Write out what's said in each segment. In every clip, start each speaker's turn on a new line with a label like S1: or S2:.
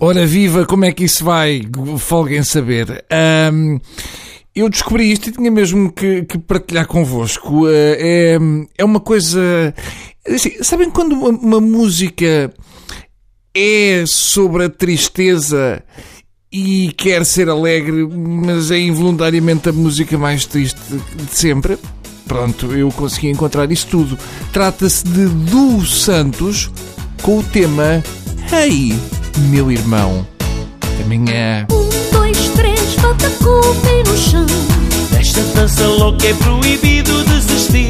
S1: Ora viva, como é que isso vai? Folguem saber. Ahm, eu descobri isto e tinha mesmo que, que partilhar convosco. Ah, é, é uma coisa. assim, sabem quando uma, uma música é sobre a tristeza e quer ser alegre, mas é involuntariamente a música mais triste de sempre? Pronto, eu consegui encontrar isto tudo. Trata-se de Du Santos com o tema Hey, meu irmão. Amanhã.
S2: Um, dois, três, bota a culpa e no chão.
S3: Nesta dança louca é proibido desistir.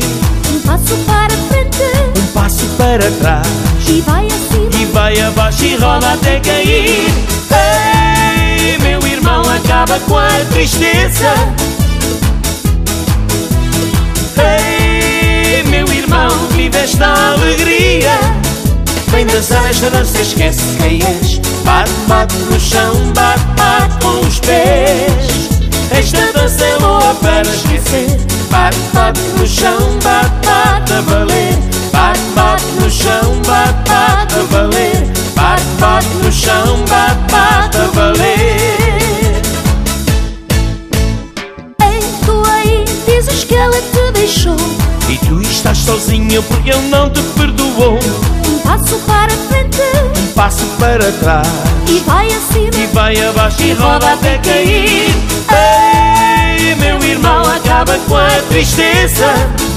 S2: Um passo para a frente
S3: Um passo para trás
S2: e vai assim. acima.
S3: e vai abaixo e roda até cair. Ei, meu irmão, acaba com a tristeza. Ei, meu irmão, vive esta alegria. Vem dançar esta dança, esquece quem és. Bate, bate no chão, bate, bate com os pés. Esta dança é boa para esquecer. Bate, bate no chão, bate, bate a valer. Bate, bate no chão, bate, bate a valer. Bate, bate no chão, bate, bate a valer.
S2: Ei, tu aí dizes que ela te deixou.
S3: E tu estás sozinho porque eu não te perdoou.
S2: Um passo para a frente
S3: Um passo para trás
S2: e vai acima.
S3: e vai abaixo e roda até cair. Ei, meu irmão, acaba com a tristeza.